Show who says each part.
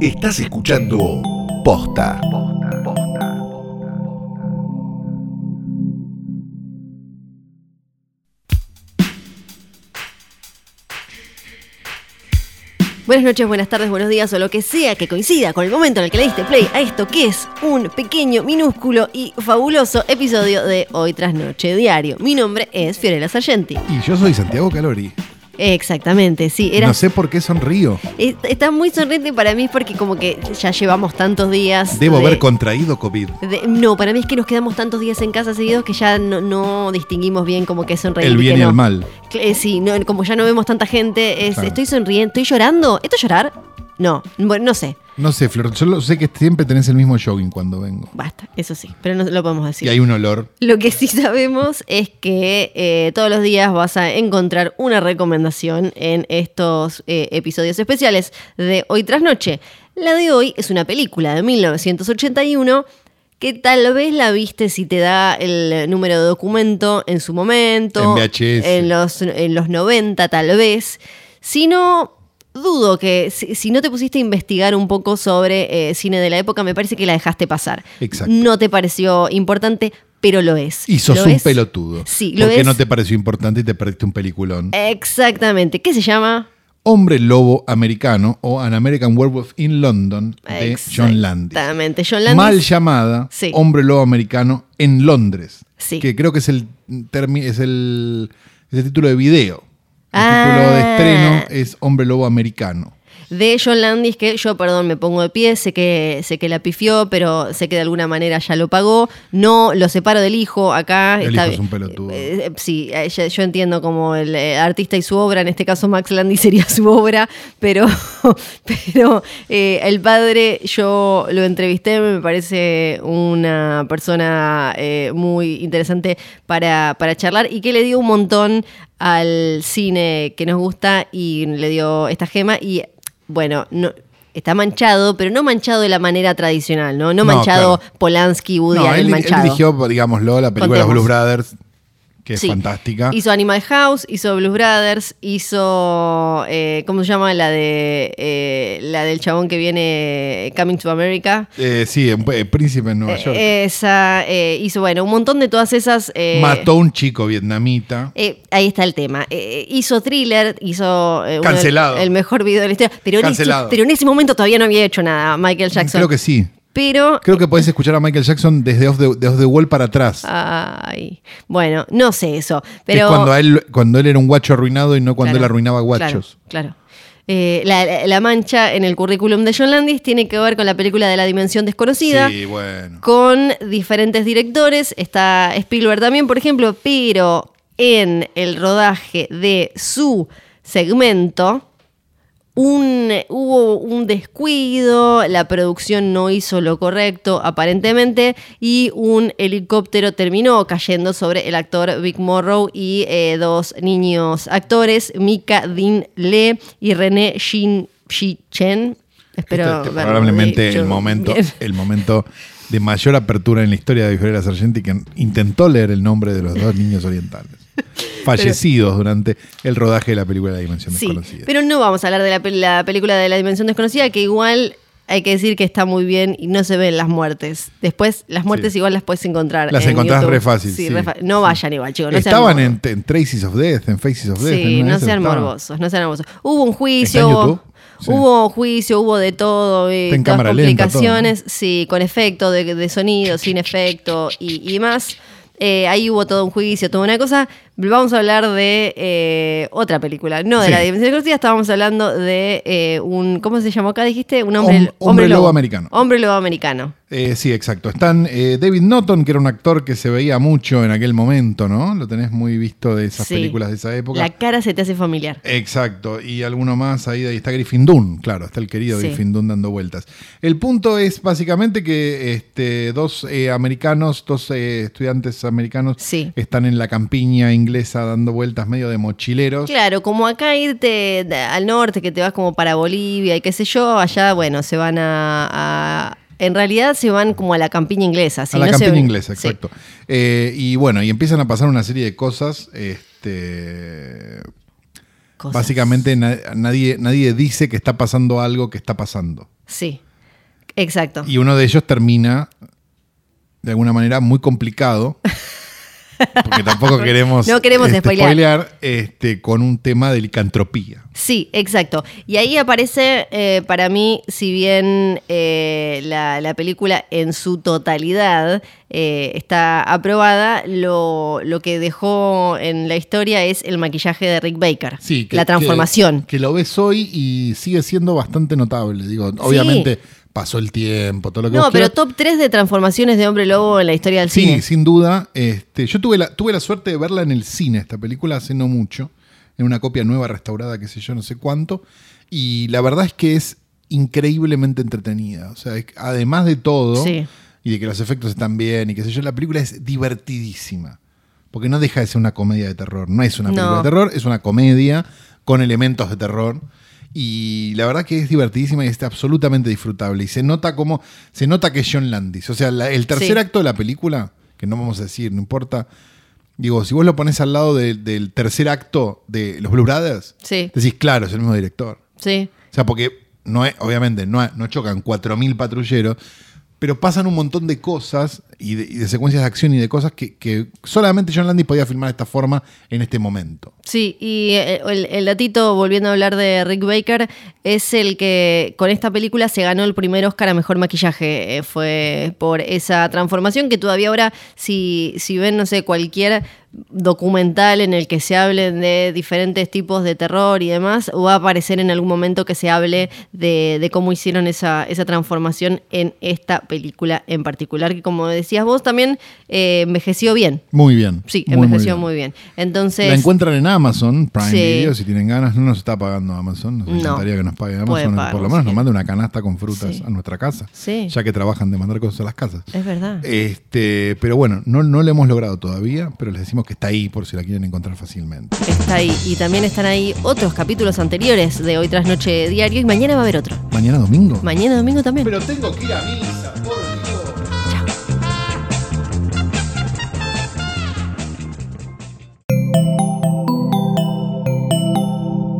Speaker 1: Estás escuchando Posta.
Speaker 2: Buenas noches, buenas tardes, buenos días o lo que sea que coincida con el momento en el que le diste play a esto que es un pequeño, minúsculo y fabuloso episodio de Hoy tras Noche Diario. Mi nombre es Fiorella Sargenti.
Speaker 3: Y yo soy Santiago Calori.
Speaker 2: Exactamente, sí, era,
Speaker 3: No sé por qué sonrío.
Speaker 2: es- está muy sonriente para mí porque como que ya llevamos tantos días.
Speaker 3: Debo
Speaker 2: de-
Speaker 3: haber contraído COVID.
Speaker 2: de- no, para mí es que nos quedamos tantos días en casa seguidos que ya no, no distinguimos bien como que es sonreír.
Speaker 3: El bien
Speaker 2: que
Speaker 3: y el
Speaker 2: no.
Speaker 3: mal.
Speaker 2: Cl- eh, sí, no, como ya no vemos tanta gente, es,
Speaker 3: Claro.
Speaker 2: estoy sonriendo, estoy llorando. ¿Esto es llorar? No, bueno, no sé.
Speaker 3: No sé, Flor, yo lo- sé que siempre tenés el mismo jogging cuando vengo.
Speaker 2: Basta, eso sí, pero no lo podemos decir.
Speaker 3: Y hay un olor.
Speaker 2: Lo que sí sabemos es que eh, todos los días vas a encontrar una recomendación en estos eh, episodios especiales de Hoy tras Noche. La de hoy es una película de 1981 que tal vez la viste si te da el número de documento en su momento.
Speaker 3: En VHS.
Speaker 2: En los, en eh, los 90 tal vez. Si no, dudo que si, si no te pusiste a investigar un poco sobre eh, cine de la época, me parece que la dejaste pasar.
Speaker 3: Exacto.
Speaker 2: No te pareció importante, pero lo es.
Speaker 3: Y sos
Speaker 2: ¿Lo
Speaker 3: un
Speaker 2: es?
Speaker 3: pelotudo.
Speaker 2: Sí, lo
Speaker 3: Porque
Speaker 2: es.
Speaker 3: no te pareció importante y te perdiste un peliculón.
Speaker 2: Exactamente. ¿Qué se llama?
Speaker 3: Hombre Lobo Americano o An American Werewolf in London de John Landis.
Speaker 2: Exactamente. John Landis.
Speaker 3: Mal llamada
Speaker 2: Sí.
Speaker 3: Hombre Lobo Americano en Londres.
Speaker 2: Sí.
Speaker 3: Que creo que es el, termi- es el, es el título de video. El
Speaker 2: Ah.
Speaker 3: título de estreno es Hombre Lobo Americano.
Speaker 2: de John Landis, que yo, perdón, me pongo de pie, sé que, sé que la pifió, pero sé que de alguna manera ya lo pagó. No, lo separo del hijo acá.
Speaker 3: El hijo es
Speaker 2: bien.
Speaker 3: un pelotudo.
Speaker 2: Eh, eh, sí, eh, ya- yo entiendo como el eh, artista y su obra, en este caso Max Landis sería su obra, pero, pero eh, el padre, yo lo entrevisté, me parece una persona eh, muy interesante para, para charlar y que le dio un montón al cine que nos gusta y le dio esta gema y bueno, no... Está manchado, pero no manchado de la manera tradicional, ¿no?
Speaker 3: No,
Speaker 2: No manchado
Speaker 3: claro.
Speaker 2: Polanski, Woody
Speaker 3: No,
Speaker 2: Allen
Speaker 3: él, él
Speaker 2: manchado.
Speaker 3: dirigió, digámoslo, la película de los
Speaker 2: Contemos.
Speaker 3: Blues Brothers, que es
Speaker 2: Sí.
Speaker 3: fantástica.
Speaker 2: Hizo Animal House, hizo Blues Brothers, hizo. eh, ¿Cómo se llama? La de. eh, la del chabón que viene eh, Coming to America.
Speaker 3: Eh, sí, en- eh, Príncipe en Nueva York.
Speaker 2: Eh, Esa. eh, hizo, bueno, un montón de todas esas. eh,
Speaker 3: Mató a un chico vietnamita.
Speaker 2: eh, ahí está el tema. Eh, hizo thriller, hizo. eh, uno de-
Speaker 3: Cancelado.
Speaker 2: el mejor video de la historia. Pero en, ese,
Speaker 3: Cancelado.
Speaker 2: pero en ese momento todavía no había hecho nada Michael Jackson.
Speaker 3: Creo que sí.
Speaker 2: Pero
Speaker 3: Creo que podés escuchar a Michael Jackson desde Off the, de Off the Wall para atrás.
Speaker 2: Ay, bueno, no sé eso.
Speaker 3: Que
Speaker 2: Ah, Pero
Speaker 3: es cuando él, cuando él era un guacho arruinado y no cuando
Speaker 2: Claro,
Speaker 3: él arruinaba guachos.
Speaker 2: Claro. claro. Eh, la, la- la mancha en el currículum de John Landis tiene que ver con la película de la dimensión desconocida.
Speaker 3: Sí, bueno.
Speaker 2: Con diferentes directores, está Spielberg también, por ejemplo, pero en el rodaje de su segmento, un, hubo un descuido, la producción no hizo lo correcto aparentemente y un helicóptero terminó cayendo sobre el actor Vic Morrow y eh, dos niños actores, Mika Din Le y René Shin Shi Chen. Espero
Speaker 3: Este- este
Speaker 2: haberlo
Speaker 3: probablemente
Speaker 2: dicho
Speaker 3: el momento,
Speaker 2: eh, bien.
Speaker 3: el momento de mayor apertura en la historia de Fiorella Sargenti que intentó leer el nombre de los dos niños orientales fallecidos durante el rodaje de la película La Dimensión
Speaker 2: Sí,
Speaker 3: Desconocida.
Speaker 2: pero no vamos a hablar de la, pel- la película de la dimensión desconocida, que igual hay que decir que está muy bien y no se ven las muertes. Después, las muertes
Speaker 3: Sí.
Speaker 2: igual las puedes encontrar.
Speaker 3: Las
Speaker 2: en
Speaker 3: encontrás
Speaker 2: YouTube.
Speaker 3: re fácil, sí.
Speaker 2: re fa- no vayan igual, chicos. No sean
Speaker 3: Estaban
Speaker 2: morbosos.
Speaker 3: en, en Traces of Death, en Faces of Death. en
Speaker 2: Sí,
Speaker 3: una de
Speaker 2: no
Speaker 3: esas
Speaker 2: sean
Speaker 3: estaban.
Speaker 2: morbosos, no sean morbosos. Hubo un
Speaker 3: ¿Está
Speaker 2: juicio,
Speaker 3: en
Speaker 2: hubo,
Speaker 3: YouTube? Sí.
Speaker 2: hubo juicio, hubo de todo, eh,
Speaker 3: Está en
Speaker 2: todas
Speaker 3: cámara lenta, todo,
Speaker 2: complicaciones, sí, con efecto de, de sonido, sin efecto y, y más. Eh, ahí hubo todo un juicio, toda una cosa. Vamos a hablar de eh, otra película, no de
Speaker 3: Sí.
Speaker 2: la Dimensión Desconocida, estábamos hablando de eh, un, ¿cómo se llamó acá? Dijiste, un hombre,
Speaker 3: Hom- hombre lobo americano.
Speaker 2: Hombre lobo americano.
Speaker 3: Eh, sí, exacto. Están eh, David Norton, que era un actor que se veía mucho en aquel momento, ¿no? Lo tenés muy visto de esas
Speaker 2: Sí.
Speaker 3: películas de esa época.
Speaker 2: La cara se te hace familiar.
Speaker 3: Exacto, y alguno más ahí, ahí está Griffin Dunn, claro, está el querido
Speaker 2: Sí.
Speaker 3: Griffin Dunn dando vueltas. El punto es básicamente que este, dos eh, americanos, dos eh, estudiantes americanos
Speaker 2: Sí.
Speaker 3: están en la campiña inglesa dando vueltas medio de mochileros.
Speaker 2: Claro, como acá irte de- al norte, que te vas como para Bolivia y qué sé yo, allá, bueno, se van a... a- en realidad se van como a la campiña inglesa. sí,
Speaker 3: a la
Speaker 2: no se
Speaker 3: campiña
Speaker 2: ven-
Speaker 3: inglesa,
Speaker 2: sí.
Speaker 3: exacto. Eh, y bueno, y empiezan a pasar una serie de cosas. Este,
Speaker 2: Cosas.
Speaker 3: Básicamente na- nadie, nadie dice que está pasando algo que está pasando.
Speaker 2: Sí, exacto.
Speaker 3: Y uno de ellos termina de alguna manera muy complicado. Porque tampoco queremos,
Speaker 2: No queremos
Speaker 3: este,
Speaker 2: spoilear.
Speaker 3: este, con un tema de licantropía.
Speaker 2: Sí, exacto. Y ahí aparece, eh, para mí, si bien eh, la, la película en su totalidad eh, está aprobada, lo, lo que dejó en la historia es el maquillaje de Rick Baker,
Speaker 3: Sí, que-
Speaker 2: la
Speaker 3: que-
Speaker 2: transformación.
Speaker 3: Que, lo ves hoy y sigue siendo bastante notable. Digo, obviamente pasó el tiempo, todo lo que
Speaker 2: no,
Speaker 3: vos
Speaker 2: pero
Speaker 3: quieras.
Speaker 2: top 3 de transformaciones de hombre lobo en la historia del
Speaker 3: Sí,
Speaker 2: cine.
Speaker 3: sin duda. Este, yo tuve la, tuve la suerte de verla en el cine, esta película, hace no mucho, en una copia nueva, restaurada, qué sé yo, no sé cuánto. Y la verdad es que es increíblemente entretenida. O sea, es- además de todo,
Speaker 2: Sí.
Speaker 3: y de que los efectos están bien, y qué sé yo, la película es divertidísima. Porque no deja de ser una comedia de terror. No es una película
Speaker 2: No.
Speaker 3: de terror, es una comedia con elementos de terror. Y la verdad que es divertidísima y está absolutamente disfrutable. Y se nota como. Se nota que es John Landis. O sea, la- el tercer
Speaker 2: Sí.
Speaker 3: acto de la película, que no vamos a decir, no importa. Digo, si vos lo pones al lado de- del tercer acto de Los Blue Brothers,
Speaker 2: Sí.
Speaker 3: decís, claro, es el mismo director.
Speaker 2: Sí.
Speaker 3: O sea, porque no es, obviamente no, no chocan 4.000 patrulleros, pero pasan un montón de cosas y de, y de secuencias de acción y de cosas que, que solamente John Landis podía filmar de esta forma en este momento.
Speaker 2: Sí, y eh, el, el datito, volviendo a hablar de Rick Baker, es el que con esta película se ganó el primer Oscar a Mejor Maquillaje. Eh, fue por esa transformación que todavía ahora, si, si ven, no sé, cualquier documental en el que se hablen de diferentes tipos de terror y demás, va a aparecer en algún momento que se hable de, de cómo hicieron esa, esa transformación en esta película en particular, que como decías vos, también eh, envejeció bien.
Speaker 3: Muy bien.
Speaker 2: Sí,
Speaker 3: Muy, muy
Speaker 2: envejeció
Speaker 3: bien.
Speaker 2: muy bien. Entonces...
Speaker 3: La encuentran en Amazon, Prime
Speaker 2: Sí.
Speaker 3: Video, si tienen ganas. No nos está pagando Amazon, nos
Speaker 2: No.
Speaker 3: encantaría que nos pague
Speaker 2: Puede
Speaker 3: Amazon. por lo
Speaker 2: pagarnos,
Speaker 3: menos nos
Speaker 2: sí.
Speaker 3: mande una canasta con frutas
Speaker 2: Sí.
Speaker 3: a nuestra casa,
Speaker 2: Sí.
Speaker 3: ya que trabajan de mandar cosas a las casas.
Speaker 2: Es verdad.
Speaker 3: Este, pero bueno, no, no lo hemos logrado todavía, pero les decimos que está ahí por si la quieren encontrar fácilmente.
Speaker 2: Está ahí. Y también están ahí otros capítulos anteriores de Hoy Tras Noche Diario y mañana va a haber otro.
Speaker 3: Mañana domingo.
Speaker 2: Mañana domingo también.
Speaker 3: Pero tengo que ir a misa, por Dios.